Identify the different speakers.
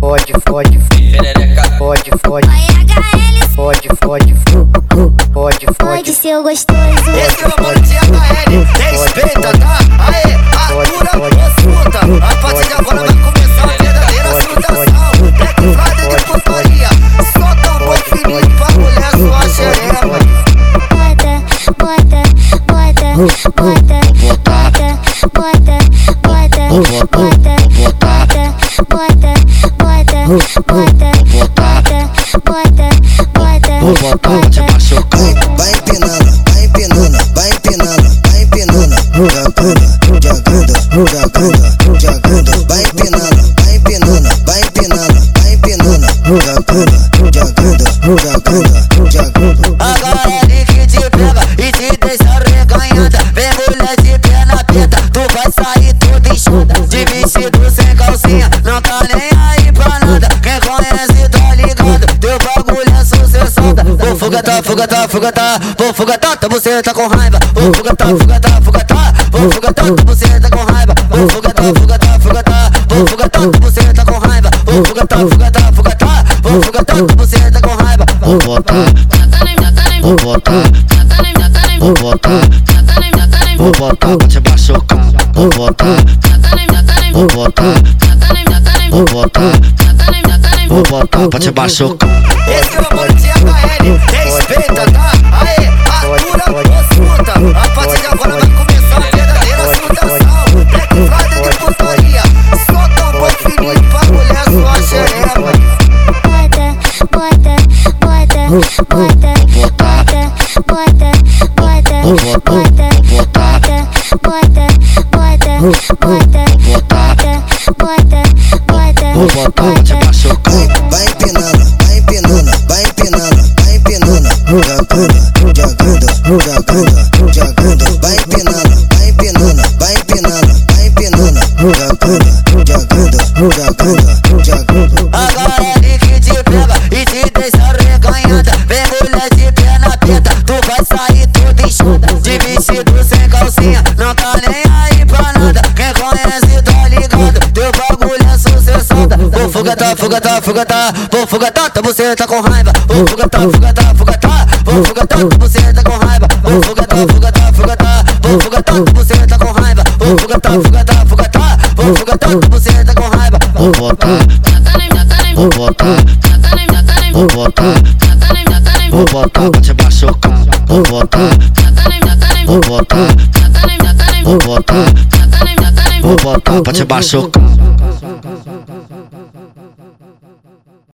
Speaker 1: fode, fode, perereca, fode, fode, fode, fode, fode,
Speaker 2: Pode
Speaker 1: fode,
Speaker 2: ser gostoso.
Speaker 3: Esse é o bando de AKL, respeita, tá? Aê, atura, consulta. A partir de agora vai começar a verdadeira salutação. Black Friday de putaria, só tambor fininho pra mulher sua xereba.
Speaker 2: Bota, bota, bota, bota, bota, bota, bota, bota, bota, bota, bota, bota, bota, bota, bota, bota.
Speaker 4: Vai, vai empinando, vai empinando, vai empinando, vai empinando. Jogando, jogando, jogando, jogando. Vai empinando, vai empinando, vai empinando, vai empinando. Jogando, jogando, jogando, jogando.
Speaker 3: Agora é ele que te pega e te deixa reganhada. Vem mulher é de perna preta, tu vai sair toda inchada. De vestido sem calcinha, não tá nem aí pra nada. Quem conhece tá ligado, teu bagulho é sucessada. Vou fugata, fugata, fugata, vou fugata, tá você tá com raiva. Vou fugata, fugata, fugata, vou fugata, tá você tá com raiva. tá, Vou fugata, fugata, fugata, vou fugata, tá você tá com raiva. tá, Vou fugata, fugata, fugata, vou fugata, tá você tá com raiva. Vou botar. Vou botar, vou botar, vou botar pra te machucar. Vou botar, vou botar, vou botar, vou botar pra te machucar. Esse é o bando de AKL, respeita, tá? Aê, atura, consulta. A partir de agora vai começar a verdadeira situação. Black Friday de putaria, só tambor fininho pra mulher sua xereba.
Speaker 2: Bota, bota, bota, bota, bota, bota, bota, bota, bota, bota, bota, bota, bota, bota, bota, bota.
Speaker 4: Vai, vai empinando, vai empinando, vai empinando, vai empinando. Jogando, jogando, jogando, jogando. Vai empinando, vai empinando, vai empinando, vai empinando. Jogando, jogando, jogando, jogando.
Speaker 3: Agora é ele que te pega e te deixa reganhada. Vem mulher de perna preta, tu vai sair toda inchada. De vestido sem calcinha, não tá nem aí pra nada. Quem conhece tá ligado, teu bagulho é sucessada. tá, Vou fugata, fugata, fugata, vou fugata, tá você tá com raiva. tá, Vou fugata, fugata, fugata, vou fugata, tá você tá com raiva. tá, Vou fugata, fugata, fugata, vou fugata, tá você tá com raiva. tá, Vou fugata, fugata, fugata, vou fugata, tá você tá com raiva. Vou botar. Vou botar, vou botar, vou botar pra te machucar. Vou botar, vou botar, vou botar, vou botar pra te machucar.